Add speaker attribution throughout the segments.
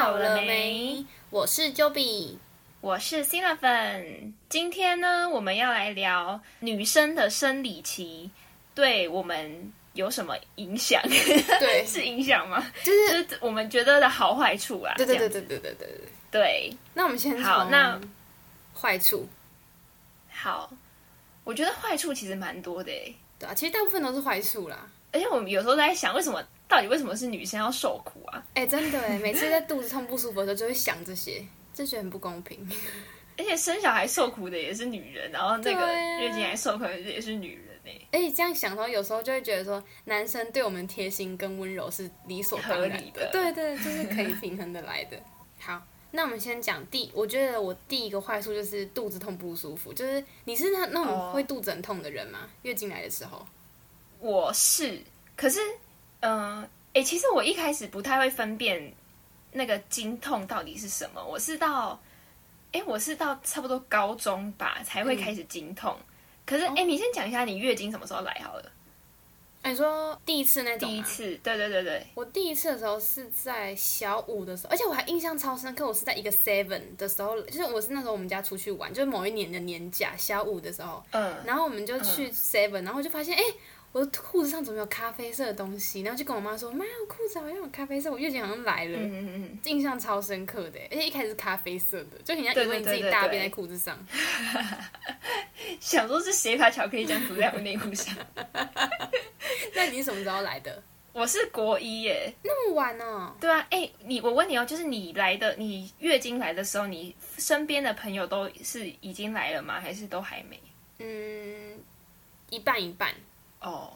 Speaker 1: 好了没？
Speaker 2: 我是 Joby，
Speaker 1: 我是 c i n a 粉。今天呢，我们要来聊女生的生理期对我们有什么影响？
Speaker 2: 对
Speaker 1: 是影响吗？
Speaker 2: 就是
Speaker 1: 就是我们觉得的好坏处啊。
Speaker 2: 对对对
Speaker 1: 这样
Speaker 2: 对对对对对。
Speaker 1: 对，
Speaker 2: 那我们先
Speaker 1: 好
Speaker 2: 从
Speaker 1: 那
Speaker 2: 坏处，
Speaker 1: 好。我觉得坏处其实蛮多的诶，
Speaker 2: 对啊，其实大部分都是坏处啦。
Speaker 1: 而且我们有时候在想，为什么到底为什么是女生要受苦啊？
Speaker 2: 哎、真的哎，每次在肚子痛不舒服的时候就会想这些，就觉得很不公平。
Speaker 1: 而且生小孩受苦的也是女人，然后那个
Speaker 2: 对啊
Speaker 1: 月经来受苦的也是女人欸诶，
Speaker 2: 而且哎这样想的时候，有时候就会觉得说，男生对我们贴心跟温柔是理所当然
Speaker 1: 合理的
Speaker 2: 对对，就是可以平衡的来的。好，那我们先讲第，我觉得我第一个坏处就是肚子痛不舒服，就是你是那那种
Speaker 1: 哦
Speaker 2: 会肚子很痛的人吗？月经来的时候，
Speaker 1: 我是，可是，嗯、呃，哎、其实我一开始不太会分辨那个经痛到底是什么，我是到，哎、我是到差不多高中吧才
Speaker 2: 嗯
Speaker 1: 会开始经痛。可是，
Speaker 2: 哦
Speaker 1: 哎、你先讲一下你月经什么时候来好了？
Speaker 2: 哎你说第一次那种、
Speaker 1: 第一，次，
Speaker 2: 啊
Speaker 1: 对对对对，
Speaker 2: 我第一次的时候是在小五的时候，而且我还印象超深刻，我是在一个 seven 的时候，就是我是那时候我们家出去玩，就是某一年的年假，小五的时候，
Speaker 1: 嗯，
Speaker 2: 然后我们就去 Seven，、然后就发现哎、诶我的裤子上怎么有咖啡色的东西？然后就跟我妈说，妈，我裤子好像有咖啡色，我月经好像来了，
Speaker 1: 嗯嗯嗯，
Speaker 2: 印象超深刻的，欸而且一开始是咖啡色的，就很像
Speaker 1: 对
Speaker 2: 以为你自
Speaker 1: 对对
Speaker 2: 己
Speaker 1: 对
Speaker 2: 大
Speaker 1: 对
Speaker 2: 便在裤子上。
Speaker 1: 想说是谁把巧克力酱涂在我内裤上？
Speaker 2: 那你是什么时候来的？
Speaker 1: 我是国一耶，
Speaker 2: 那么晚哦，
Speaker 1: 对啊，哎、你我问你哦，就是你来的，你月经来的时候，你身边的朋友都是已经来了吗？还是都还没？
Speaker 2: 嗯，一半一半，
Speaker 1: 哦，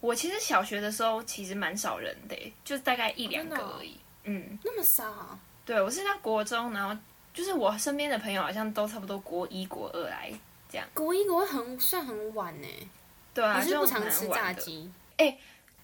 Speaker 1: 我其实小学的时候其实蛮少人的耶，就大概一两个
Speaker 2: 真的哦
Speaker 1: 而已。嗯，
Speaker 2: 那么少啊、
Speaker 1: 对，我是在国中，然后就是我身边的朋友好像都差不多国一、国二来。
Speaker 2: 国一国二很算很晚欸呢，
Speaker 1: 对啊，
Speaker 2: 你是
Speaker 1: 就
Speaker 2: 不常
Speaker 1: 蛮
Speaker 2: 吃
Speaker 1: 晚
Speaker 2: 炸
Speaker 1: 的哦
Speaker 2: 鸡？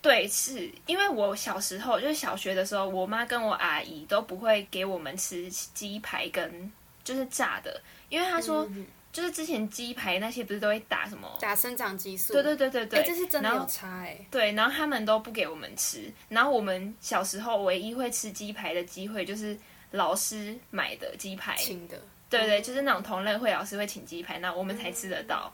Speaker 1: 对，是因为我小时候就是小学的时候，我妈跟我阿姨都不会给我们吃鸡排跟就是炸的，因为她说、
Speaker 2: 嗯
Speaker 1: 就是之前鸡排那些不是都会打什么？
Speaker 2: 打生长激素，
Speaker 1: 对对对对对，
Speaker 2: 哎，这是真的
Speaker 1: 然
Speaker 2: 有
Speaker 1: 后
Speaker 2: 差哎，
Speaker 1: 对，然后他们都不给我们吃，然后我们小时候唯一会吃鸡排的机会就是老师买的鸡排，
Speaker 2: 轻的
Speaker 1: 哎对对，就是那种同乐会老师会请鸡排，那我们才吃得到，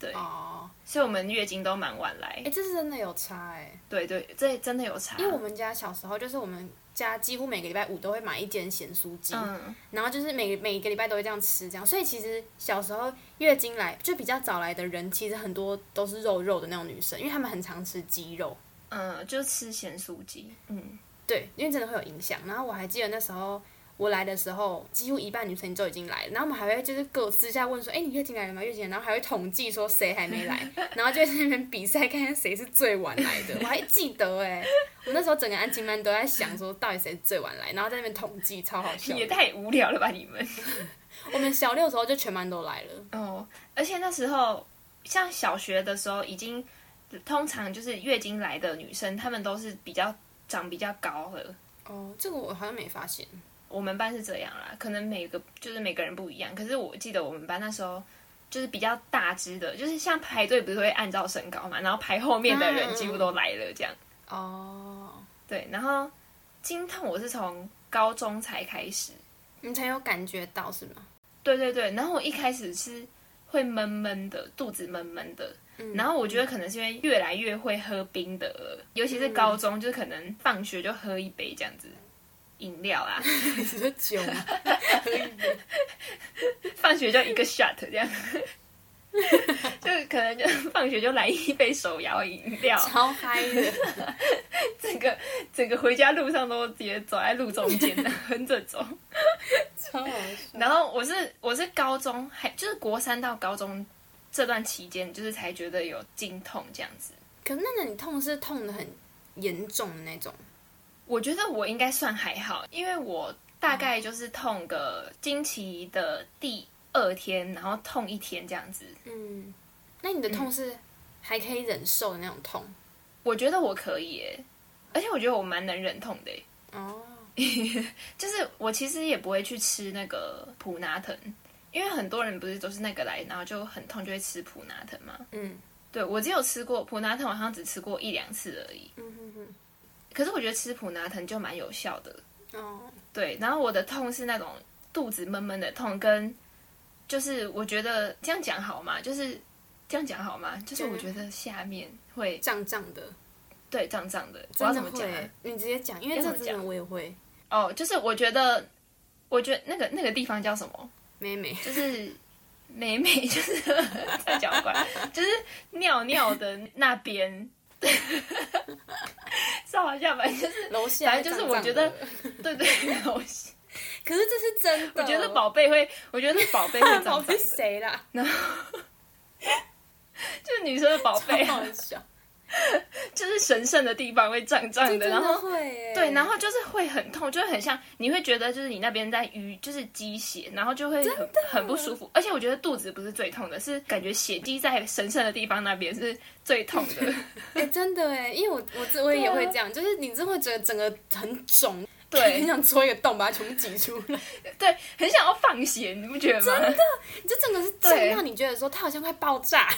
Speaker 1: 对，
Speaker 2: 哦，
Speaker 1: 所以我们月经都蛮晚来
Speaker 2: 嗯哎，，这是真的有差哎。
Speaker 1: 对对，这真的有差，
Speaker 2: 因为我们家小时候就是我们家几乎每个礼拜五都会买一间咸酥鸡，
Speaker 1: 嗯，
Speaker 2: 然后就是每每个礼拜都会这样吃，这样，所以其实小时候月经来就比较早来的人，其实很多都是肉肉的那种女生，因为她们很常吃鸡肉，
Speaker 1: 嗯，就吃咸酥鸡，嗯，
Speaker 2: 对，因为真的会有影响。然后我还记得那时候我来的时候，几乎一半女生就已经来了，然后我们还会就是各私下问说，哎、你月经来了吗？月经来了，然后还会统计说谁还没来，然后就在那边比赛看看谁是最晚来的。我还记得哎、我那时候整个安亲班都在想说到底谁最晚来，然后在那边统计，超好笑的。
Speaker 1: 也太无聊了吧你们。
Speaker 2: 我们小六的时候就全班都来了，
Speaker 1: 哦，而且那时候像小学的时候，已经通常就是月经来的女生，她们都是比较长比较高的。
Speaker 2: 哦，这个我好像没发现，
Speaker 1: 我们班是这样啦，可能每个就是每个人不一样。可是我记得我们班那时候就是比较大只的，就是像排队不是会按照身高嘛，然后排后面的人几乎都来了这样。
Speaker 2: 哦，
Speaker 1: 对，然后经痛我是从高中才开始，
Speaker 2: 你才有感觉到是吗？
Speaker 1: 对对对，然后我一开始是会闷闷的，肚子闷闷的。
Speaker 2: 嗯嗯
Speaker 1: 然后我觉得可能是因为越来越会喝冰的了，尤其是高中，就是可能放学就喝一杯这样子饮料啊，
Speaker 2: 你说酒吗？
Speaker 1: 放学就一个 shot 这样， 就是可能就 放学就来一杯手摇饮料，
Speaker 2: 超嗨的，
Speaker 1: 整个整个回家路上都直接走在路中间， 横着走。
Speaker 2: 超好笑。
Speaker 1: 然后我是我是高中还就是国三到高中这段期间，就是才觉得有经痛这样子。
Speaker 2: 可是那个你痛是痛的很严重的那种，
Speaker 1: 我觉得我应该算还好，因为我大概就是痛个经期的第二天，然后痛一天这样子。
Speaker 2: 嗯，那你的痛是还可以忍受的那种痛，
Speaker 1: 我觉得我可以耶，而且我觉得我蛮能忍痛的耶，
Speaker 2: 哦，
Speaker 1: 就是我其实也不会去吃那个普拿疼，因为很多人不是都是那个来，然后就很痛就会吃普拿疼嘛。
Speaker 2: 嗯
Speaker 1: 对我只有吃过普拿疼，我好像只吃过一两次而已。
Speaker 2: 嗯嗯嗯，
Speaker 1: 可是我觉得吃普拿疼就蛮有效的，
Speaker 2: 哦，
Speaker 1: 对，然后我的痛是那种肚子闷闷的痛，跟就是我觉得这样讲好吗？就是这样讲好吗？就是
Speaker 2: 啊
Speaker 1: 我觉得下面会
Speaker 2: 胀胀的，
Speaker 1: 对胀胀的，我要
Speaker 2: 真
Speaker 1: 怎
Speaker 2: 的
Speaker 1: 么讲啊、
Speaker 2: 会。欸你直接讲，因为
Speaker 1: 要
Speaker 2: 这
Speaker 1: 怎么
Speaker 2: 真的
Speaker 1: 讲
Speaker 2: 我也会。
Speaker 1: 哦，就是我觉得，我觉得那个那个地方叫什么？
Speaker 2: 妹妹，
Speaker 1: 就是美美，就是 太脚怪，就是尿尿的那边。 上好下吧，就是
Speaker 2: 楼下
Speaker 1: 反正就是我觉得
Speaker 2: 胀胀的，
Speaker 1: 对对，我
Speaker 2: 可是这是真的。
Speaker 1: 我觉得宝贝会，我觉得宝贝会
Speaker 2: 汉
Speaker 1: 长
Speaker 2: 堡
Speaker 1: 长的，
Speaker 2: 哦是 谁啦？
Speaker 1: 就是女生的宝贝啊，
Speaker 2: 好笑，
Speaker 1: 就是神圣的地方会胀胀
Speaker 2: 真
Speaker 1: 的，然后
Speaker 2: 的会耶。
Speaker 1: 对，然
Speaker 2: 后
Speaker 1: 后就是会很痛，就会很像你会觉得就是你那边在淤，就是积血，然后就会很很不舒服。而且我觉得肚子不是最痛的，是感觉血积在神圣的地方那边是最痛 的。
Speaker 2: 哎，真的哎，因为我我这我
Speaker 1: 对
Speaker 2: 也
Speaker 1: 啊
Speaker 2: 会这样，就是你真的会觉得整个很肿，
Speaker 1: 对
Speaker 2: 很想戳一个洞把它全部挤出 来，
Speaker 1: 对，很想要放血，你不觉得吗？
Speaker 2: 你就整个是胀
Speaker 1: 对
Speaker 2: 到你觉得说它好像快爆炸。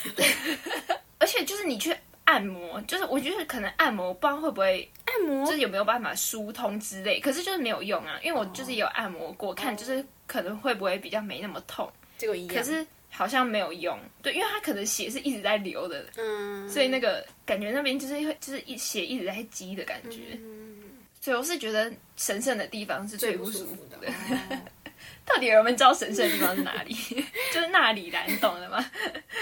Speaker 1: 而且就是你去按摩，就是我觉得可能按摩，不知道会不会
Speaker 2: 按摩
Speaker 1: 就是有没有办法疏通之类，可是就是没有用啊，因为我就是有按摩
Speaker 2: 哦
Speaker 1: 过，看就是可能会不会比较没那么痛，
Speaker 2: 结果一样，
Speaker 1: 可是好像没有用，对，因为它可能血是一直在流的。
Speaker 2: 嗯，
Speaker 1: 所以那个感觉那边就是会就是一血一直在积的感觉，所以我是觉得神圣的地方是最不舒服的。
Speaker 2: 的。哦
Speaker 1: 到底有没有知道神圣的地方是哪里？就是那里啦，你懂了吗？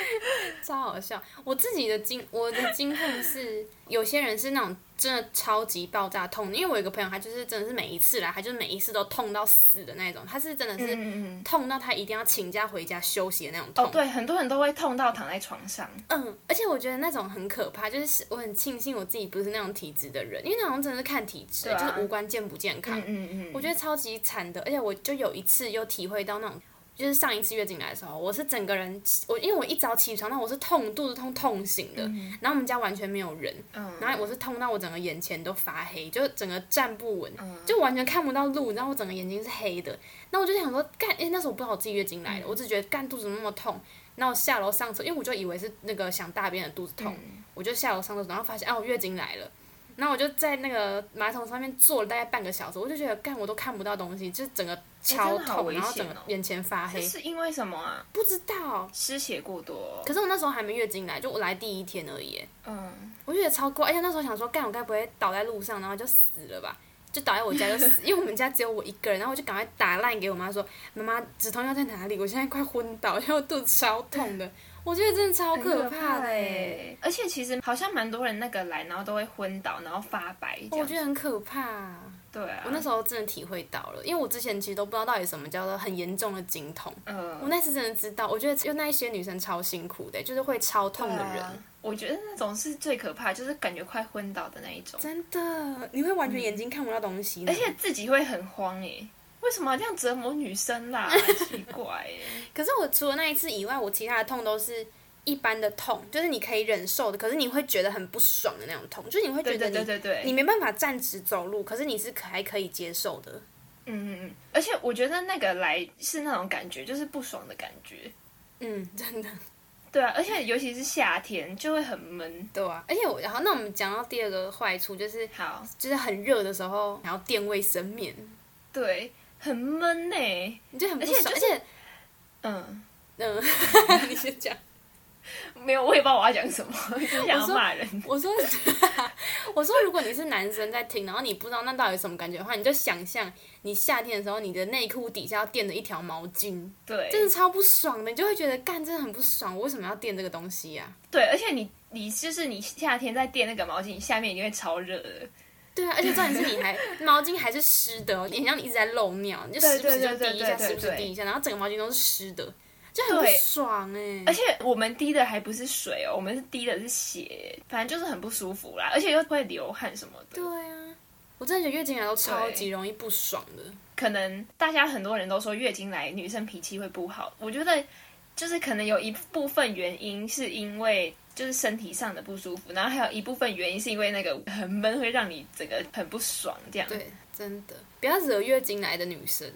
Speaker 2: 超好笑！我自己的经我的经痛是，有些人是那种真的超级爆炸痛，因为我有一个朋友，他就是真的是每一次来，他就是每一次都痛到死的那种，他是真的是
Speaker 1: 嗯嗯。
Speaker 2: 痛到他一定要请假回家休息的那种痛。
Speaker 1: 哦，对，很多人都会痛到躺在床上。
Speaker 2: 嗯，而且我觉得那种很可怕，就是我很庆幸我自己不是那种体质的人，因为那种真的是看体质，
Speaker 1: 对啊
Speaker 2: 就是无关健不健康。
Speaker 1: 嗯嗯嗯。
Speaker 2: 我觉得超级惨的，而且我就有一次又体会到那种，就是上一次月经来的时候，我是整个人，我因为我一早起床，那我是痛，肚子痛痛醒的，然后我们家完全没有人，
Speaker 1: 嗯
Speaker 2: 然后我是痛到我整个眼前都发黑，就整个站不稳，就完全看不到路，然后我整个眼睛是黑的，那我就想说，干，哎、那时候我不知道我自己月经来
Speaker 1: 嗯
Speaker 2: 了，我只觉得干肚子那么痛，然后我下楼上厕，因为我就以为是那个想大便的肚子痛，
Speaker 1: 嗯
Speaker 2: 我就下楼上厕所，然后发现啊，我月经来了。然后我就在那个马桶上面坐了大概半个小时，我就觉得干我都看不到东西，就是整个超
Speaker 1: 真的好
Speaker 2: 痛，
Speaker 1: 危
Speaker 2: 然后
Speaker 1: 险
Speaker 2: 整个
Speaker 1: 哦
Speaker 2: 眼前发黑
Speaker 1: 这，是因为什么啊？
Speaker 2: 不知道。
Speaker 1: 失血过多哦、
Speaker 2: 可是我那时候还没月经来，就我来第一天而已耶，
Speaker 1: 嗯，
Speaker 2: 我就觉得超怪。而且那时候想说，干我该不会倒在路上，然后就死了吧？就倒在我家就死，因为我们家只有我一个人，然后我就赶快打烂给我妈说，妈妈止痛药在哪里？我现在快昏倒，因为我肚子超痛的，我觉得真的超
Speaker 1: 很
Speaker 2: 可
Speaker 1: 怕
Speaker 2: 怕的耶。
Speaker 1: 欸而且其实好像蛮多人那个来，然后都会昏倒，然后发白这
Speaker 2: 哦欸我
Speaker 1: 样。
Speaker 2: 觉得很可怕、
Speaker 1: 对啊，
Speaker 2: 我那时候真的体会到了，因为我之前其实都不知道到底什么叫做很严重的经痛。我
Speaker 1: 嗯，
Speaker 2: 那次真的知道，我觉得就那一些女生超辛苦的，欸就是会超痛的人，
Speaker 1: 对啊我觉得那种是最可怕，就是感觉快昏倒的那一种。
Speaker 2: 真的，你会完全眼睛看不到东西呢，
Speaker 1: 而且自己会很慌哎、为什么要这样折磨女生 啦？奇怪哎、
Speaker 2: 可是我除了那一次以外，我其他的痛都是一般的痛，就是你可以忍受的，可是你会觉得很不爽的那种痛，就是你会觉
Speaker 1: 对
Speaker 2: 得
Speaker 1: 对
Speaker 2: 你
Speaker 1: 对对对，
Speaker 2: 你没办法站直走路，可是你是可还可以接受的。
Speaker 1: 嗯嗯嗯，而且我觉得那个来是那种感觉，就是不爽的感觉。
Speaker 2: 嗯，真的，
Speaker 1: 对啊，而且尤其是夏天就会很闷。
Speaker 2: 对啊。而且我，然后那我们讲到第二个坏处就是，
Speaker 1: 好，
Speaker 2: 就是很热的时候，然后垫卫生棉，
Speaker 1: 对，很闷呢、
Speaker 2: 你就很不
Speaker 1: 而且
Speaker 2: 爽，
Speaker 1: 就
Speaker 2: 而
Speaker 1: 是
Speaker 2: 且，
Speaker 1: 嗯，
Speaker 2: 嗯，你先讲。
Speaker 1: 没有，我也不知道我要讲什么， 就是想要骂人。
Speaker 2: 我说，我说，如果你是男生在听，然后你不知道那到底什么感觉的话，你就想象你夏天的时候，你的内裤底下要垫着一条毛巾，
Speaker 1: 对，
Speaker 2: 真的超不爽的，你就会觉得干真的很不爽，我为什么要垫这个东西啊呀、
Speaker 1: 对，而且你你就是你夏天在垫那个毛巾，你下面一定会超热的。
Speaker 2: 对啊，而且重点是你还毛巾还是湿的哦，你让你一直在漏尿，你就时不时就滴一下，
Speaker 1: 对对对对对对
Speaker 2: 时不时滴一下，然后整个毛巾都是湿的，就很不
Speaker 1: 对
Speaker 2: 爽哎、
Speaker 1: 而且我们滴的还不是水哦，我们是滴的是血，反正就是很不舒服啦，而且又会流汗什么的。
Speaker 2: 对啊，我真的觉得月经来都超级容易不爽的。
Speaker 1: 可能大家很多人都说月经来女生脾气会不好，我觉得就是可能有一部分原因是因为就是身体上的不舒服，然后还有一部分原因是因为那个很闷会让你整个很不爽这样。
Speaker 2: 对，真的不要惹月经来的女生，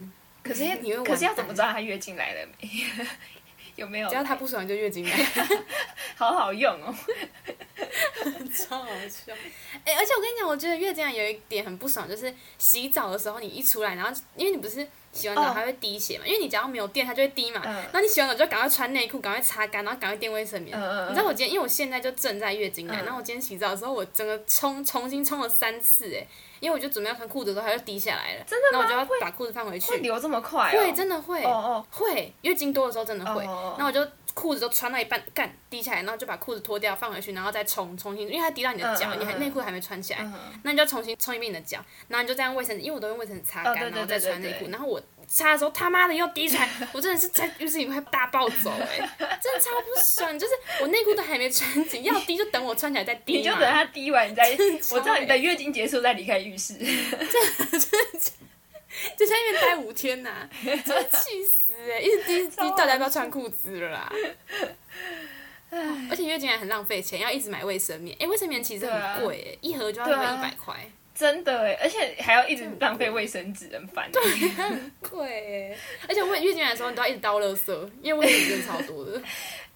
Speaker 1: 可是
Speaker 2: 你会完蛋
Speaker 1: 可是要怎么知道她月经来了没？ 有没有
Speaker 2: 只？要她不爽就月经来。
Speaker 1: 好好用哦。
Speaker 2: 超好笑。哎、而且我跟你讲，我觉得月经来有一点很不爽，就是洗澡的时候你一出来，然后因为你不是洗完澡
Speaker 1: 哦
Speaker 2: 它会滴血嘛，因为你只要没有电它就会滴嘛，
Speaker 1: 嗯
Speaker 2: 然后你洗完澡就赶快穿内裤，赶快擦干，然后赶快垫卫生棉。
Speaker 1: 嗯嗯嗯
Speaker 2: 你知道我今天，因为我现在就正在月经来，
Speaker 1: 嗯
Speaker 2: 然后我今天洗澡的时候，我整个冲重新冲了三次，哎，因为我就准备要穿裤子的时候，它就滴下来了，
Speaker 1: 真的
Speaker 2: 那
Speaker 1: 吗
Speaker 2: 我就要把裤子放回去
Speaker 1: 会。 流这么快、哦？
Speaker 2: 会，真的会。
Speaker 1: 哦哦
Speaker 2: 会，月经多的时候真的会。
Speaker 1: 哦
Speaker 2: 那我就裤子都穿到一半，干滴下来，然后就把裤子脱掉放回去，然后再冲冲新，因为它滴到你的脚，
Speaker 1: 嗯嗯
Speaker 2: 你还
Speaker 1: 嗯
Speaker 2: 内裤还没穿起来，
Speaker 1: 嗯
Speaker 2: 那你就重新冲一遍你的脚，然后你就再用卫生纸，因为我都用卫生纸擦干，
Speaker 1: 哦对对
Speaker 2: 然后再穿
Speaker 1: 对对
Speaker 2: 内裤，然后我擦的时候他妈的又 滴出来，我真的是在浴室里快大暴走哎、真的超不爽，就是我内裤都还没穿紧，要滴就等我穿起来再滴嘛，
Speaker 1: 你就等它滴完，你再
Speaker 2: 真的超
Speaker 1: 我知道你
Speaker 2: 美
Speaker 1: 等月经结束再离开浴室。
Speaker 2: 就在那边待五天呐、 真的气死哎、欸！一直滴滴，到底要不要穿裤子了啦？而且月经还很浪费钱，要一直买卫生棉。哎、卫生棉其实很贵、欸，一盒就要
Speaker 1: 对
Speaker 2: 一
Speaker 1: 啊
Speaker 2: 百块，
Speaker 1: 真的哎，而且还要一直浪费卫生纸，很烦。对，欸
Speaker 2: 贵、欸。而且我月经来的时候，你都要一直倒垃圾，因为卫生棉真的超 多的。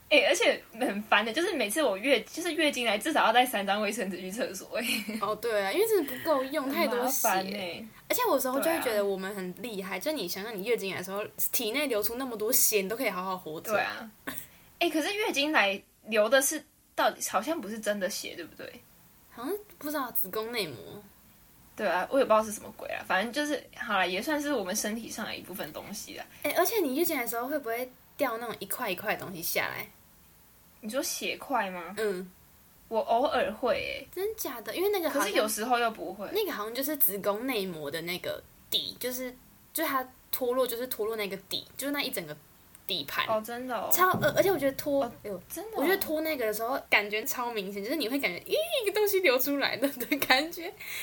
Speaker 1: 哎、而且很烦的，就是每次我月就是月经来，至少要带三张卫生纸去厕所，哎，
Speaker 2: 哦，对啊，因为真的不够用， 太多
Speaker 1: 麻
Speaker 2: 血。
Speaker 1: 烦哎。
Speaker 2: 而且我有时候就
Speaker 1: 对
Speaker 2: 会
Speaker 1: 啊
Speaker 2: 觉得我们很厉害，就你想想，你月经来的时候，体内流出那么多血，你都可以好好活着。
Speaker 1: 对啊，哎、可是月经来流的是到底好像不是真的血，对不对？
Speaker 2: 好像不知道子宫内膜。
Speaker 1: 对啊，我也不知道是什么鬼啊，反正就是好了，也算是我们身体上的一部分东西啦。
Speaker 2: 哎、而且你月经来的时候会不会掉那种一块一块的东西下来？
Speaker 1: 你说血块吗？
Speaker 2: 嗯，
Speaker 1: 我偶尔会、欸，
Speaker 2: 真假的？因为那个好
Speaker 1: 可
Speaker 2: 像
Speaker 1: 是有时候又不会。
Speaker 2: 那个好像就是子宫内膜的那个底，就是就是它脱落，就是脱落那个底，就是那一整个底盘。
Speaker 1: 哦，真的哦，
Speaker 2: 超恶，而且我觉得脱，哎呦，
Speaker 1: 真的哦、
Speaker 2: 我觉得脱那个的时候感觉超明显，就是你会感觉，咦，一个东西流出来的的感觉，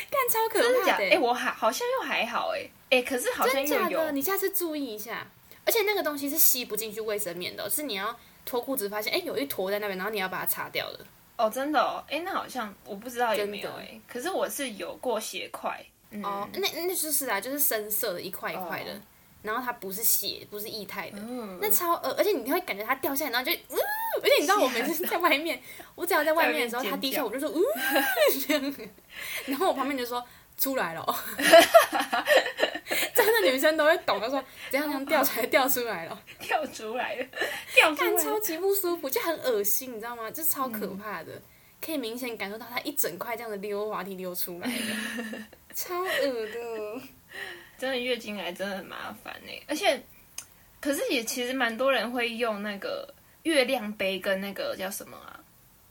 Speaker 2: 干超可
Speaker 1: 真的
Speaker 2: 怕欸
Speaker 1: 假的？哎、我还好像又还好、欸，哎、可是好像
Speaker 2: 真假
Speaker 1: 又
Speaker 2: 的？
Speaker 1: 有。
Speaker 2: 你下次注意一下。而且那个东西是吸不进去卫生棉的哦，是你要脱裤子发现，哎、有一坨在那边，然后你要把它擦掉的。
Speaker 1: 哦，真的哦，哎，那好像我不知道有没有
Speaker 2: 真的
Speaker 1: 哎、可是我是有过血块，嗯，
Speaker 2: 哦，那那就是啊，就是深色的一块一块的，
Speaker 1: 哦
Speaker 2: 然后它不是血，不是液态的，
Speaker 1: 嗯
Speaker 2: 那超恶，而且你会感觉它掉下来，然后就呜、而且你知道我每次在 外面，我只要在外面的时候，
Speaker 1: 在
Speaker 2: 它
Speaker 1: 外面
Speaker 2: 滴
Speaker 1: 尖
Speaker 2: 下
Speaker 1: 叫
Speaker 2: 我就说呜、呃这样 然后我旁边就说出来了哦， 真的女生都会懂，她说怎样怎样掉出来掉出来了，
Speaker 1: 跳出来了，跳出来
Speaker 2: 但
Speaker 1: 了，
Speaker 2: 超级不舒服，就很恶心，你知道吗？就超可
Speaker 1: 嗯
Speaker 2: 怕的。可以明显感受到它一整块这样的溜滑梯溜出来的， 超恶的。哦
Speaker 1: 真的月经来真的很麻烦哎、而且，可是也其实蛮多人会用那个月亮杯跟那个叫什么啊，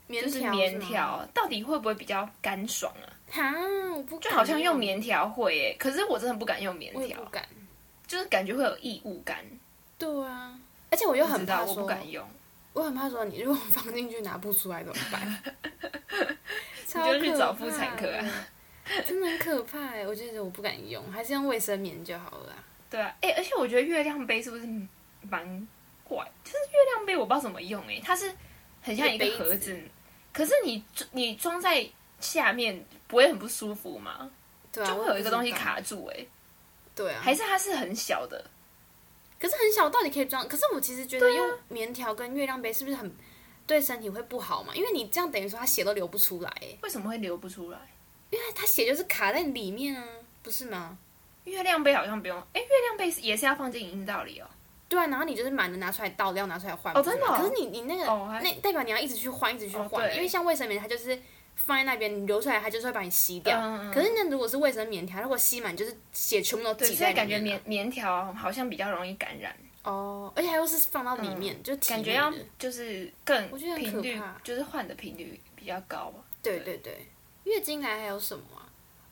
Speaker 2: 棉
Speaker 1: 就是
Speaker 2: 条，
Speaker 1: 棉。条，到底会不会比较干爽啊？
Speaker 2: 哈，我不
Speaker 1: 就
Speaker 2: 敢
Speaker 1: 好像用，棉条会哎、可是我真的不敢用棉
Speaker 2: 我也不
Speaker 1: 条，
Speaker 2: 敢。
Speaker 1: 就是感觉会有异物感，
Speaker 2: 对啊，而且我又
Speaker 1: 不
Speaker 2: 很
Speaker 1: 知道
Speaker 2: 怕
Speaker 1: 我
Speaker 2: 说，
Speaker 1: 不敢用，
Speaker 2: 我很怕说你如果放进去拿不出来怎么办？ 超
Speaker 1: 你就去
Speaker 2: 可
Speaker 1: 找
Speaker 2: 怕
Speaker 1: 妇产科啊
Speaker 2: 的，真的很可怕哎！我觉得我不敢用，还是用卫生棉就好了啊。
Speaker 1: 对啊，哎、而且我觉得月亮杯是不是蛮怪？就是月亮杯我不知道怎么用、欸，它是很像一个盒
Speaker 2: 一个
Speaker 1: 子，可是你你装在下面不会很不舒服吗？
Speaker 2: 对啊，
Speaker 1: 就会
Speaker 2: 我也
Speaker 1: 有一个
Speaker 2: 不知
Speaker 1: 东西
Speaker 2: 道。
Speaker 1: 卡住、欸，
Speaker 2: 对啊，
Speaker 1: 哎，还是它是很小的，
Speaker 2: 可是很小，到底可以装？可是我其实觉得
Speaker 1: 啊
Speaker 2: 用棉条跟月亮杯是不是很对身体会不好嘛？因为你这样等于说它血都流不出来哎，
Speaker 1: 为什么会流不出来？
Speaker 2: 因为它血就是卡在里面啊，不是吗？
Speaker 1: 月亮杯好像不用，哎、月亮杯是也是要放进阴道里哦。
Speaker 2: 对啊，然后你就是满的拿出来倒掉，拿出来换。
Speaker 1: 哦真的哦
Speaker 2: 可是你你那个、
Speaker 1: 哦还
Speaker 2: 那代表你要一直去换，一直去
Speaker 1: 哦
Speaker 2: 换，
Speaker 1: 对
Speaker 2: 因为像卫生棉它就是放在那边，你流出来它就是会把你吸掉。
Speaker 1: 嗯嗯嗯
Speaker 2: 可是那如果是卫生棉条，如果吸满就是血全部都
Speaker 1: 对，
Speaker 2: 挤
Speaker 1: 所
Speaker 2: 在
Speaker 1: 以感觉
Speaker 2: 里面啊
Speaker 1: 棉
Speaker 2: 了
Speaker 1: 棉条好像比较容易感染，
Speaker 2: 哦，而且它又是放到里面，就
Speaker 1: 嗯
Speaker 2: 体
Speaker 1: 感觉
Speaker 2: 内
Speaker 1: 要
Speaker 2: 的
Speaker 1: 就是更
Speaker 2: 我觉得很
Speaker 1: 频率
Speaker 2: 可怕，
Speaker 1: 就是换的频率比较高啊吧。
Speaker 2: 对对对，月经来还有什么啊？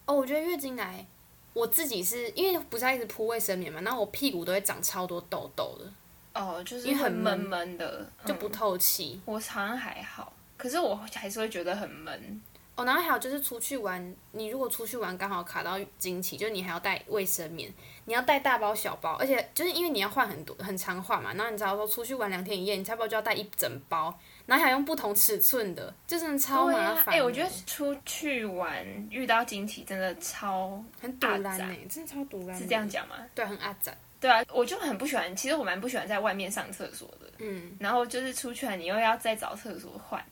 Speaker 2: 哦，我觉得月经来，我自己是因为不是要一直铺卫生棉嘛，然后我屁股都会长超多痘痘的，
Speaker 1: 哦，就是
Speaker 2: 因为
Speaker 1: 会
Speaker 2: 很
Speaker 1: 闷
Speaker 2: 闷
Speaker 1: 闷的，
Speaker 2: 就
Speaker 1: 嗯
Speaker 2: 不透气。
Speaker 1: 我好像还好，可是我还是会觉得很闷。
Speaker 2: 哦，然后还有就是出去玩，你如果出去玩刚好卡到经期，就是你还要带卫生棉，你要带大包小包，而且就是因为你要换很多很常换嘛，然后你知道说出去玩两天一夜，你差不多就要带一整包，然后还要用不同尺寸的，就真的超麻
Speaker 1: 啊
Speaker 2: 烦，的。欸
Speaker 1: 哎、我觉得出去玩遇到惊奇真的超
Speaker 2: 很堵
Speaker 1: 阿
Speaker 2: 然
Speaker 1: 杂
Speaker 2: 呢、真的超堵然。欸
Speaker 1: 是这样？讲吗？
Speaker 2: 对，很阿展。
Speaker 1: 对啊，我就很不喜欢，其实我蛮不喜欢在外面上厕所的。
Speaker 2: 嗯，
Speaker 1: 然后就是出去玩，你又要再找厕所换，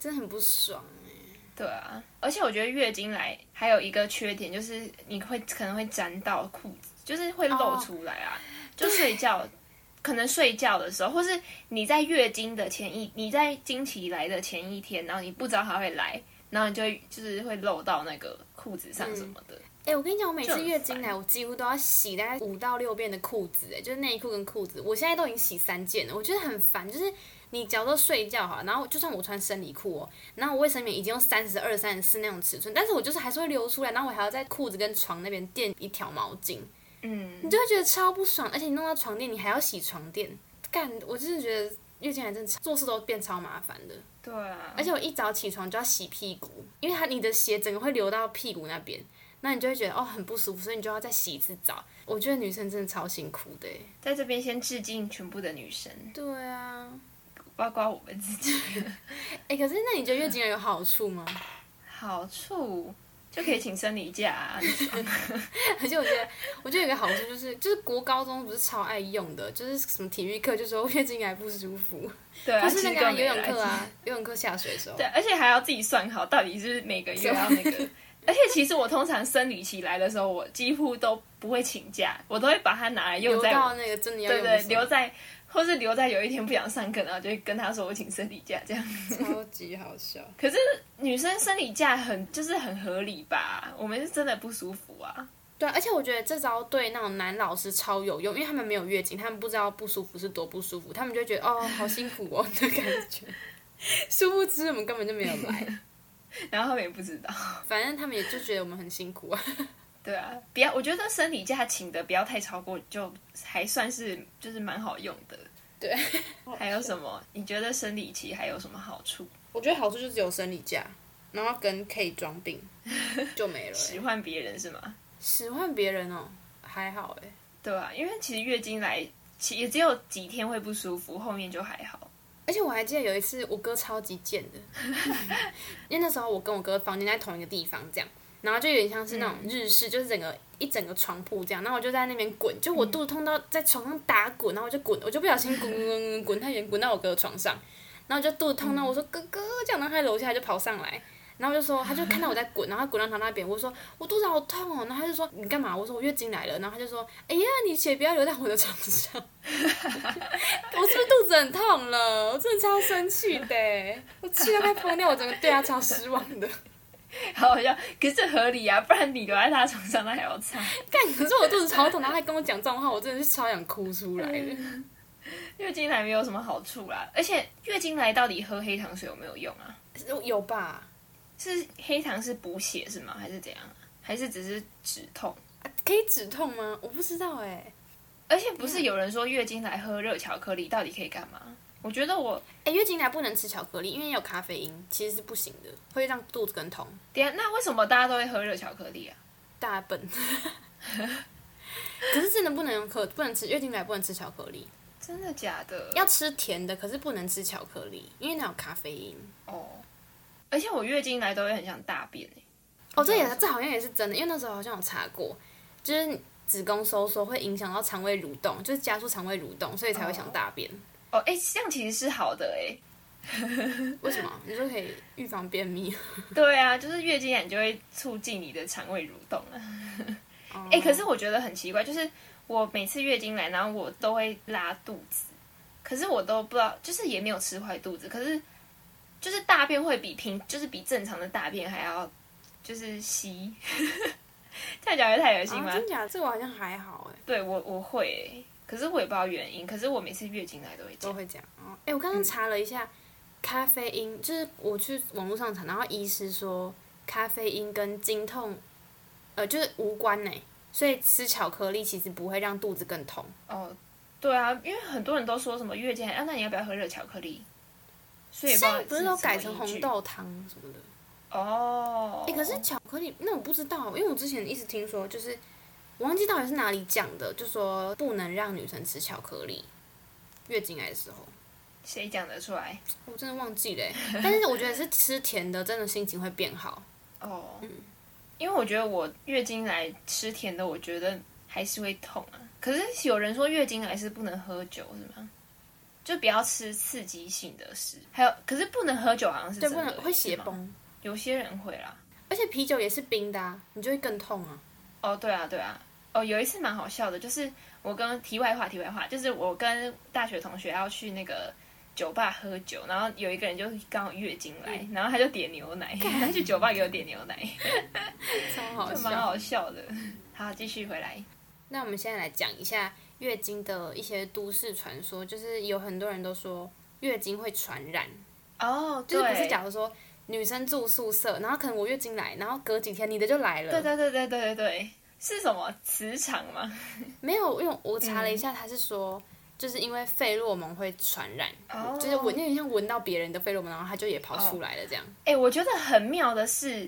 Speaker 2: 真的很不爽哎、
Speaker 1: 对啊，而且我觉得月经来还有一个缺点就是你会可能会沾到裤子，就是会露出来
Speaker 2: 哦
Speaker 1: 啊。就睡觉，可能睡觉的时候，或是你在月经的前一，你在经期来的前一天，然后你不知道它会来，然后你就会就是会漏到那个裤子上什么的。
Speaker 2: 哎、我跟你讲，我每
Speaker 1: 就
Speaker 2: 次
Speaker 1: 很
Speaker 2: 月经
Speaker 1: 烦
Speaker 2: 来，我几乎都要洗大概五到六遍的裤子，哎，就是内裤跟裤子。我现在都已经洗三件了，我觉得很烦。就是你假如说睡觉哈，然后就算我穿生理裤哦，然后我卫生棉已经用三十二、三十四那种尺寸，但是我就是还是会流出来，然后我还要在裤子跟床那边垫一条毛巾，
Speaker 1: 嗯
Speaker 2: 你，就会觉得超不爽。而且你弄到床垫，你还要洗床垫，干，我真的觉得月经来真的超做事都变超麻烦的。
Speaker 1: 对啊，
Speaker 2: 而且我一早起床就要洗屁股，因为它你的血整个会流到屁股那边，那你就会觉得哦很不舒服，所以你就要再洗一次澡。我觉得女生真的超辛苦的欸。
Speaker 1: 在这边先致敬全部的女生，
Speaker 2: 对啊，
Speaker 1: 包括我们自己。
Speaker 2: 哎、可是那你觉得月经来有好处吗？
Speaker 1: 好处就可以请生理假、 啊，
Speaker 2: 而且我觉得，我觉得有个好处就是，就是国高中不是超爱用的，就是什么体育课就说月经来不舒服，
Speaker 1: 对啊，
Speaker 2: 或是那
Speaker 1: 其实
Speaker 2: 个啊、
Speaker 1: 根本
Speaker 2: 游
Speaker 1: 没
Speaker 2: 泳
Speaker 1: 来
Speaker 2: 课啊，游泳课下水的时候，
Speaker 1: 对，而啊且还要自己算好，到底是每个月要那个。而且其实我通常生理期来的时候，我几乎都不会请假，我都会把它拿来用
Speaker 2: 游
Speaker 1: 在
Speaker 2: 到那个真的要
Speaker 1: 对
Speaker 2: 用的
Speaker 1: 对
Speaker 2: 时候
Speaker 1: 留在，或是留在有一天不想上课，然后就会跟他说我请生理假这样。
Speaker 2: 超级好笑。
Speaker 1: 可是女生生理假很就是很合理吧？我们是真的不舒服啊。
Speaker 2: 对啊，而且我觉得这招对那种男老师超有用，因为他们没有月经，他们不知道不舒服是多不舒服，他们就会觉得哦，好辛苦哦的感觉。 殊不知我们根本就没有来，
Speaker 1: 然后他们也不知道，
Speaker 2: 反正他们也就觉得我们很辛苦啊。
Speaker 1: 对啊，不要，我觉得生理假请的不要太超过，就还算是就是蛮好用的。
Speaker 2: 对，
Speaker 1: 还有什么？你觉得生理期还有什么好处？
Speaker 2: 我觉得好处就只有生理假，然后跟可以装病就没了欸、
Speaker 1: 使唤别 人是吗？
Speaker 2: 使唤别人哦，还好哎。
Speaker 1: 对啊，因为其实月经来，其也只有几天会不舒服，后面就还好。
Speaker 2: 而且我还记得有一次，我哥超级贱的， 因为那时候我跟我哥房间在同一个地方，这样，然后就有点像是那种日式，就是整个一整个床铺这样，然后我就在那边滚，就我肚子痛到在床上打滚，然后我就滚，我就不小心滚滚滚滚滚太远，滚到我哥的床上，然后就肚子痛到我说哥哥这样，然后他楼下就跑上来。然后就说，他就看到我在滚，然后他滚到床那边，我说我肚子好痛哦，然后他就说你干嘛？我说我月经来了，然后他就说，哎呀，你血不要流到我的床上，我是不是肚子很痛了？我真的超生气的，欸我气到快疯掉，我整个对他超失望的。
Speaker 1: 好好笑，可是这合理啊，不然你留在他床上，那还要差。
Speaker 2: 干，可是我肚子超痛，然后还跟我讲这种话，我真的是超想哭出来的。
Speaker 1: 月经来没有什么好处啦，而且月经来到底喝黑糖水有没有用啊？
Speaker 2: 嗯有吧？
Speaker 1: 是黑糖是补血是吗？还是怎样啊？还是只是止痛？
Speaker 2: 啊可以止痛吗？我不知道哎。
Speaker 1: 而且不是有人说月经来喝热巧克力到底可以干嘛？我觉得我
Speaker 2: 哎，月经来不能吃巧克力，因为有咖啡因，其实是不行的，会让肚子更痛。
Speaker 1: 等一下那为什么大家都会喝热巧克力啊？
Speaker 2: 大笨。 可是真的不能用可不能吃月经来不能吃巧克力，
Speaker 1: 真的假的？
Speaker 2: 要吃甜的，可是不能吃巧克力，因为那有咖啡因。
Speaker 1: 哦，而且我月经来都会很想大便、欸、
Speaker 2: 哦，这也这好像也是真的，因为那时候好像有查过，就是子宫收缩会影响到肠胃蠕动，就是加速肠胃蠕动，所以才会想大便。
Speaker 1: 哦，哎、这样其实是好的哎、
Speaker 2: 为什么？你就可以预防 便秘。
Speaker 1: 对啊，就是月经来你就会促进你的肠胃蠕动啊。
Speaker 2: 哎
Speaker 1: 哎、可是我觉得很奇怪，就是我每次月经来，然后我都会拉肚子，可是我都不知道，就是也没有吃坏肚子，可是就是大便会比平，就是比正常的大便还要就是稀。 这样讲会太恶心吗？
Speaker 2: 啊、真假的？这个我好像还好 哎，
Speaker 1: 对我我会欸、可是我也不知道原因，可是我每次月经来都会这
Speaker 2: 都
Speaker 1: 样。
Speaker 2: 会这样。哦，哎，
Speaker 1: 嗯
Speaker 2: 我刚刚查了一下，咖啡因就是我去网络上查，然后医师说咖啡因跟经痛，呃，就是无关呢。所以吃巧克力其实不会让肚子更痛，
Speaker 1: 哦，对啊，因为很多人都说什么月经来，啊，那你要不要喝热巧克力？所以也
Speaker 2: 现在
Speaker 1: 不
Speaker 2: 不
Speaker 1: 知
Speaker 2: 是
Speaker 1: 道
Speaker 2: 都
Speaker 1: 是
Speaker 2: 改
Speaker 1: 什
Speaker 2: 成
Speaker 1: 么依
Speaker 2: 红
Speaker 1: 据
Speaker 2: 豆汤什么的。
Speaker 1: 哦。
Speaker 2: 哎、可是巧克力那我不知道，因为我之前一直听说，就是我忘记到底是哪里讲的，就说不能让女生吃巧克力，月经来的时候，
Speaker 1: 谁讲得出来？
Speaker 2: 我真的忘记了 欸。但是我觉得是吃甜的，真的心情会变好。
Speaker 1: 哦，
Speaker 2: 嗯
Speaker 1: 因为我觉得我月经来吃甜的，我觉得还是会痛啊。可是有人说月经来是不能喝酒，是吗？就不要吃刺激性的食，还有可是不能喝酒，好像是
Speaker 2: 对，
Speaker 1: 真
Speaker 2: 不
Speaker 1: 的
Speaker 2: 能会
Speaker 1: 是
Speaker 2: 血
Speaker 1: 吗
Speaker 2: 崩。
Speaker 1: 有些人会啦。
Speaker 2: 而且啤酒也是冰的、啊，你就会更痛 啊。
Speaker 1: 哦，对啊，对啊。哦，有一次蛮好笑的，就是我跟题外话，题外话，就是我跟大学同学要去那个酒吧喝酒，然后有一个人就是刚好月经来，
Speaker 2: 嗯
Speaker 1: 然后他就点牛奶，他去酒吧给我点牛奶，
Speaker 2: 超好
Speaker 1: 就
Speaker 2: 笑。
Speaker 1: 蛮好笑的。 好，继续回来。
Speaker 2: 那我们现在来讲一下月经的一些都市传说，就是有很多人都说月经会传染，
Speaker 1: 哦，
Speaker 2: 就是不
Speaker 1: 对
Speaker 2: 是假如说女生住宿舍，然后可能我月经来，然后隔几天你的就来了。
Speaker 1: 对对对对对对对，是什么磁场吗？
Speaker 2: 没有，因为我查了一下，他是说。就是因为费洛蒙会传染
Speaker 1: 哦
Speaker 2: 就是闻，有点像闻到别人的费洛蒙，然后它就也跑出来了这样。
Speaker 1: 哎、我觉得很妙的是，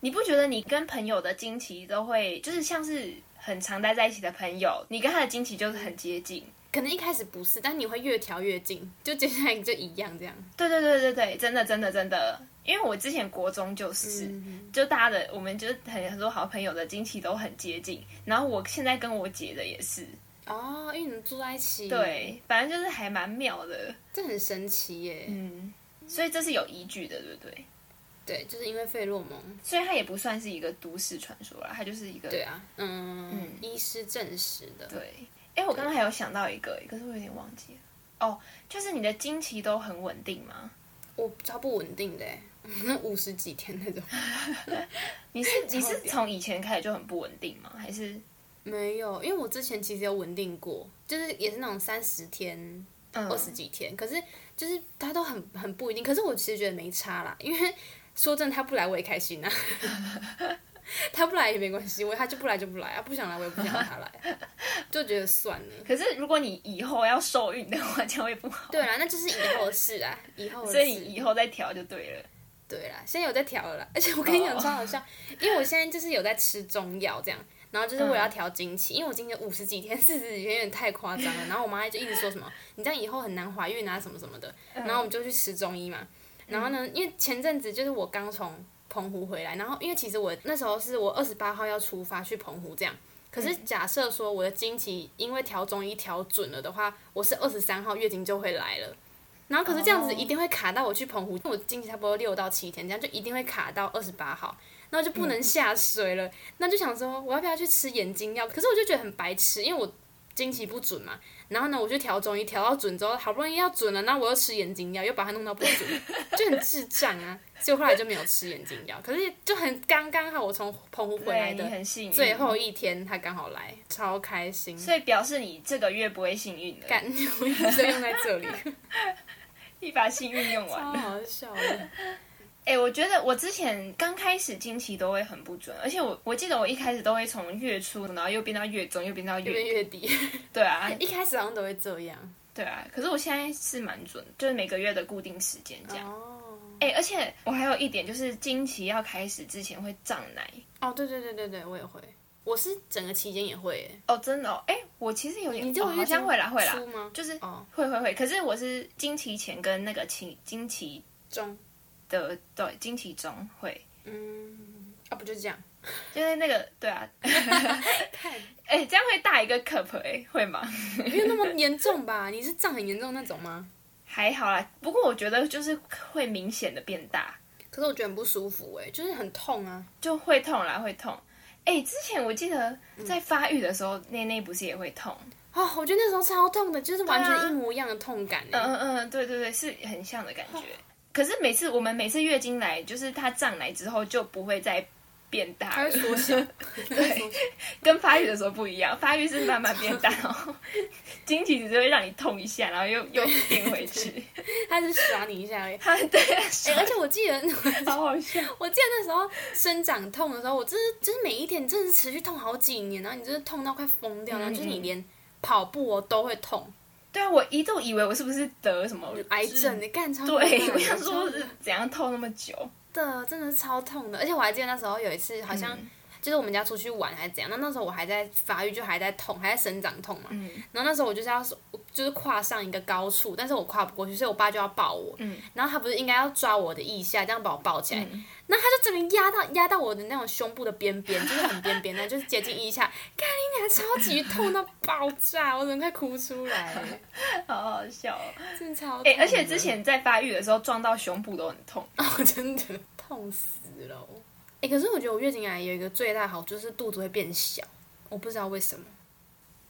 Speaker 1: 你不觉得你跟朋友的惊奇都会，就是像是很常待在一起的朋友，你跟他的惊奇就是很接近。
Speaker 2: 可能一开始不是，但你会越调越近，就接下来就一样这样。
Speaker 1: 对对对对对，真的真的真的，因为我之前国中就是，就大家的我们就是很很多好朋友的惊奇都很接近，然后我现在跟我姐的也是，
Speaker 2: 哦，因为你们住在一起，，
Speaker 1: 对，反正就是还蛮妙的，
Speaker 2: 这很神奇耶。
Speaker 1: 嗯，所以这是有依据的，对不对？
Speaker 2: 对，就是因为费洛蒙。
Speaker 1: 所以它也不算是一个都市传说啦，它就是一个
Speaker 2: 对啊，嗯，
Speaker 1: 嗯
Speaker 2: 医师证实的。
Speaker 1: 对，哎，我刚刚还有想到一个，可是我有点忘记了。哦，就是你的经期都很稳定吗？
Speaker 2: 我超不稳定的耶， 五十几天那种。
Speaker 1: 你是你是
Speaker 2: 超屌
Speaker 1: 从以前开始就很不稳定吗？还是
Speaker 2: 没有，因为我之前其实有稳定过，就是也是那种三十天、
Speaker 1: 嗯
Speaker 2: 二十几天，可是就是它都很很不一定。可是我其实觉得没差啦，因为说真的，他不来我也开心啊。 他不来也没关系，我他就不来就不来啊，不想来我也不想让他来，啊就觉得算了。
Speaker 1: 可是如果你以后要受孕的话，这样会不 好。
Speaker 2: 对啦，那就是以后的事啊，以后的
Speaker 1: 所
Speaker 2: 事。
Speaker 1: 以你以后再调就对了。
Speaker 2: 对啦，现在有在调了啦，而且我跟你讲
Speaker 1: 哦
Speaker 2: 超好笑，因为我现在就是有在吃中药这样，然后就是为了要
Speaker 1: 嗯
Speaker 2: 调经期，因为我经期五十几天、四十几天有点太夸张了，然后我妈就一直说什么你这样以后很难怀孕啊什么什么的，
Speaker 1: 嗯
Speaker 2: 然后我们就去吃中医嘛，然后呢，因为前阵子就是我刚从澎湖回来，然后因为其实我那时候是我二十八号要出发去澎湖这样。可是假设说我的经期因为调中医调准了的话，我是二十三号月经就会来了。然后可是这样
Speaker 1: 哦
Speaker 2: 子一定会卡到我去澎湖，我经期差不多六到七天，这样就一定会卡到二十八号，然后就不能下水了。那就想说我要不要去吃眼睛药？可是我就觉得很白痴，因为我经期不准嘛。然后呢，我就调中医调到准之后，好不容易要准了，那我又吃眼睛药，又把它弄到不准，就很智 障啊。所以我后来就没有吃眼睛药，可是就很刚刚好，我从澎湖回来
Speaker 1: 对，
Speaker 2: 的
Speaker 1: 你很幸运。
Speaker 2: 最，后一天他刚好来，超开心。
Speaker 1: 所以表示你这个月不会幸运了，
Speaker 2: 感我一直用在这里，
Speaker 1: 一把幸运用完
Speaker 2: 超
Speaker 1: 了。
Speaker 2: 好笑的。
Speaker 1: 哎、我觉得我之前刚开始经期都会很不准，而且我我记得我一开始都会从月初，然后又变到月中，又变到
Speaker 2: 因
Speaker 1: 月
Speaker 2: 为月底，
Speaker 1: 对啊，
Speaker 2: 一开始好像都会这样。
Speaker 1: 对啊。可是我现在是蛮准，就是每个月的固定时间这样。
Speaker 2: 哦，
Speaker 1: 哎、而且我还有一点就是经期要开始之前会胀奶
Speaker 2: 哦，对对对对对，我也会。我是整个期间也会耶，
Speaker 1: 哦，真的哦。哎、我其实有点，
Speaker 2: 你就
Speaker 1: 哦、好像会啦会啦，
Speaker 2: 出吗？
Speaker 1: 就是
Speaker 2: 哦，
Speaker 1: 会会会。可是我是经期前跟那个期经期
Speaker 2: 中，
Speaker 1: 的对经期中会，
Speaker 2: 嗯，啊，不就这 样？
Speaker 1: 就是那个对 啊，哎、这样会大一个 cup 哎、会吗？
Speaker 2: 没有那么严重吧？你是胀很严重那种吗？
Speaker 1: 还好啦，不过我觉得就是会明显的变大，
Speaker 2: 可是我觉得很不舒服哎，就是很痛啊。
Speaker 1: 就会痛啦，会痛。哎、之前我记得在发育的时候，内内不是也会痛？
Speaker 2: 哦，我觉得那时候超痛的，就是完
Speaker 1: 对啊
Speaker 2: 全一模一样的痛感哎。
Speaker 1: 嗯嗯，对对对，是很像的感觉。可是每次我们每次月经来，就是它胀奶之后就不会再变大
Speaker 2: 它
Speaker 1: 了
Speaker 2: 会，缩小，对，
Speaker 1: 跟发育的时候不一样，发育是慢慢变大，然后经期只是会让你痛一下，然后又又变回去。
Speaker 2: 它是耍你一下而已。
Speaker 1: 它对啊，
Speaker 2: 哎、而且我记得，
Speaker 1: 好好笑。
Speaker 2: 我记得那时候生长痛的时候，我真是就是每一天，你真的是持续痛好几年，然后你真的痛到快疯掉，然后就是
Speaker 1: 嗯
Speaker 2: 你连跑步哦都会痛，
Speaker 1: 对啊，我一度以为我是不是得什么
Speaker 2: 嗯癌症，你干超可怕
Speaker 1: 对，
Speaker 2: 的
Speaker 1: 我想说
Speaker 2: 超
Speaker 1: 是怎样痛那么久？
Speaker 2: 的真的是超痛的，而且我还记得那时候有一次好像。就是我们家出去玩还是怎样，那那时候我还在发育，就还在痛，还在生长痛嘛。然后那时候我就是要就是跨上一个高处，但是我跨不过去，所以我爸就要抱我。然后他不是应该要抓我的腋下，这样把我抱起来，那他就整个压到压到我的那种胸部的边边，就是很边边的，就是接近腋下。 看你俩超级痛到爆炸，我怎么快哭出来了，
Speaker 1: 好好笑哦、嗯
Speaker 2: 真的超痛的
Speaker 1: 哎、而且之前在发育的时候撞到胸部都很痛，
Speaker 2: 哦，真的 痛死了。哎、可是我觉得我月经来有一个最大好处就是肚子会变小，我不知道为什么。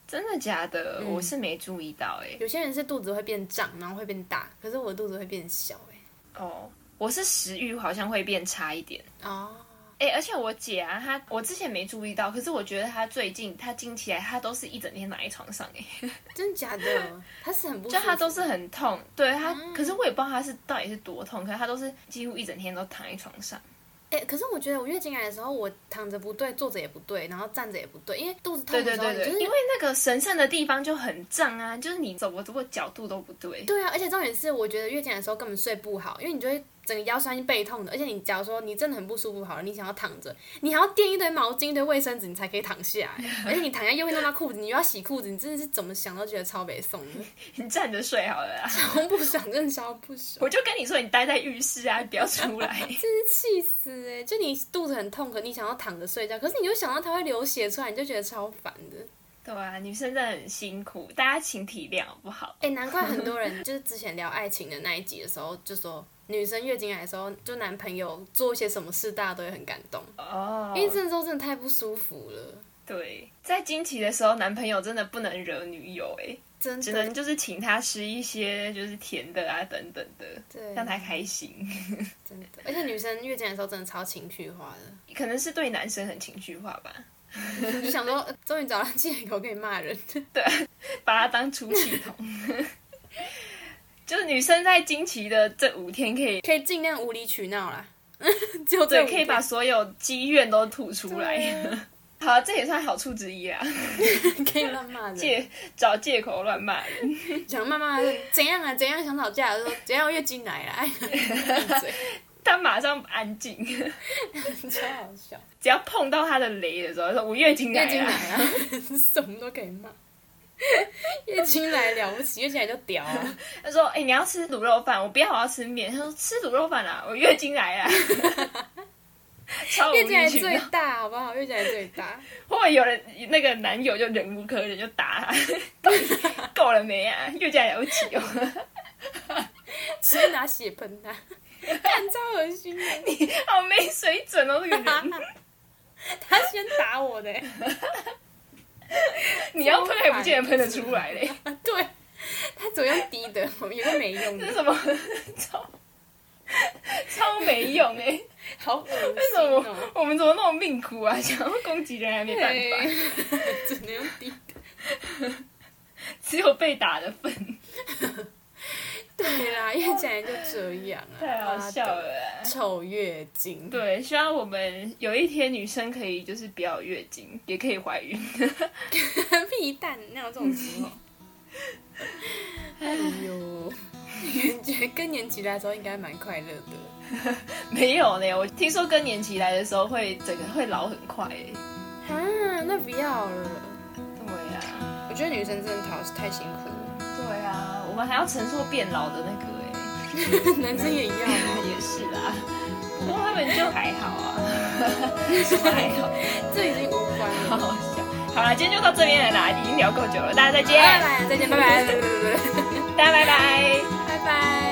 Speaker 1: 真的假的？
Speaker 2: 嗯
Speaker 1: 我是没注意到哎、
Speaker 2: 有些人是肚子会变胀，然后会变大，可是我肚子会变小、欸
Speaker 1: 哦，我是食欲好像会变差一点。
Speaker 2: 哎，哦，
Speaker 1: 哎、而且我姐啊，她我之前没注意到，可是我觉得她最近她经期来，她都是一整天躺在床上哎、
Speaker 2: 真的假的？它是很不舒
Speaker 1: 就
Speaker 2: 服，
Speaker 1: 她都是很痛，对她，可是我也不知道她是到底是多痛，可是她都是几乎一整天都躺在床上。
Speaker 2: 哎、可是我觉得我月经来的时候，我躺着不对，坐着也不对，然后站着也不对，因为肚子痛
Speaker 1: 对对
Speaker 2: 的时候，
Speaker 1: 对
Speaker 2: 你就是
Speaker 1: 对，因为那个神圣的地方就很胀啊，就是你走不过角度都不对。
Speaker 2: 对啊，而且重点是，我觉得月经来的时候根本睡不好，因为你就会整个腰酸背痛的，而且你假如说你真的很不舒服，好了，你想要躺着，你还要垫一堆毛巾、一堆卫生纸，你才可以躺下来，而且你躺下又会弄到裤子，你又要洗裤子，你真的是怎么想都觉得超北宋的，
Speaker 1: 你站着睡好了啦，
Speaker 2: 超不爽，真的超不爽，
Speaker 1: 我就跟你说，你待在浴室啊， 不要出 来。
Speaker 2: 真是气死哎、就你肚子很痛，可你想要躺着睡觉，可是你又想到它会流血出来，你就觉得超烦的。
Speaker 1: 对啊，女生真的很辛苦，大家请体谅好不好？
Speaker 2: 哎、难怪很多人就是之前聊爱情的那一集的时候，就说女生月经来的时候，就男朋友做一些什么事，大家都会很感动，
Speaker 1: 哦
Speaker 2: 因为这时候真的太不舒服了，
Speaker 1: 对，在经期的时候，男朋友真的不能惹女友、欸，
Speaker 2: 真
Speaker 1: 只
Speaker 2: 的
Speaker 1: 能就是请她吃一些就是甜的啊，等等的，
Speaker 2: 对，
Speaker 1: 让她开心。
Speaker 2: 真的，而且女生月经来的时候真的超情绪化的，
Speaker 1: 可能是对男生很情绪化吧，
Speaker 2: 就想说呃终于找到借口可以骂人，
Speaker 1: 把他当出气筒。 就是女生在经期的这五天，可以
Speaker 2: 可以尽量无理取闹啦， 就这
Speaker 1: 对
Speaker 2: 五
Speaker 1: 可以
Speaker 2: 天
Speaker 1: 把所有积怨都吐出来。
Speaker 2: 对啊
Speaker 1: 好，这也算好处之一啊，
Speaker 2: 可以乱骂人，
Speaker 1: 借找借口乱骂人。
Speaker 2: 想骂骂人怎样啊怎样想吵架，就说怎样月经来了，哎闭嘴
Speaker 1: 他马上安静，
Speaker 2: 超好笑。
Speaker 1: 只要碰到他的雷的时候，他说我月经来
Speaker 2: 月
Speaker 1: 了。
Speaker 2: 经来啊， 什么都可以骂。 月经来了不起，月经来就屌啊！
Speaker 1: 他说：“哎、你要吃卤肉饭，我不要，我要吃面。”他说：“吃卤肉饭啊啦，我月经来 啦。” 超无
Speaker 2: 月经来
Speaker 1: 理取
Speaker 2: 最
Speaker 1: 闹，
Speaker 2: 大，好不好？月经来最 大，
Speaker 1: 会不会有人那个男友就忍无可忍就打他？ 到底够了没啊？月经来了不起哦，
Speaker 2: 直接拿血喷 他，干超恶心的。
Speaker 1: 好没水准哦，这个
Speaker 2: 啊
Speaker 1: 人。
Speaker 2: 他先打我的、
Speaker 1: 你要喷还不见得喷得出来嘞，
Speaker 2: 对他怎么样滴的，我们有个没用
Speaker 1: 这是
Speaker 2: 的，
Speaker 1: 什 么 超超没用哎、
Speaker 2: 好恶心、哦。
Speaker 1: 为什么我我们怎么那么命苦啊？想要攻击人还没办法，
Speaker 2: 对 只能用滴的。
Speaker 1: 只有被打的份，
Speaker 2: 对啦，月经来就这样啊，
Speaker 1: 太好笑
Speaker 2: 妈的。
Speaker 1: 了啊。
Speaker 2: 丑月经，
Speaker 1: 对，希望我们有一天女生可以就是不要有月经，也可以怀孕。
Speaker 2: 屁蛋，哪有这种时候？ 哎呦，觉得更年期来的时候应该蛮快乐的，
Speaker 1: 没有呢，我听说更年期来的时候会整个会老很快诶。
Speaker 2: 啊，那不要了。
Speaker 1: 对啊呀、
Speaker 2: 我觉得女生真的讨太辛苦了，
Speaker 1: 对呀、我们还要承受变老的那个诶。
Speaker 2: 男生也一样啊，
Speaker 1: 也是啦， 不过他们就还好 啊，什么还好，
Speaker 2: 这已经无关
Speaker 1: 好
Speaker 2: 了。
Speaker 1: 好笑。好啦，今天就到这边了啦，已经聊够久了，大家再见，
Speaker 2: 拜拜，再见，拜拜，拜拜，
Speaker 1: 大家拜拜。
Speaker 2: 拜拜。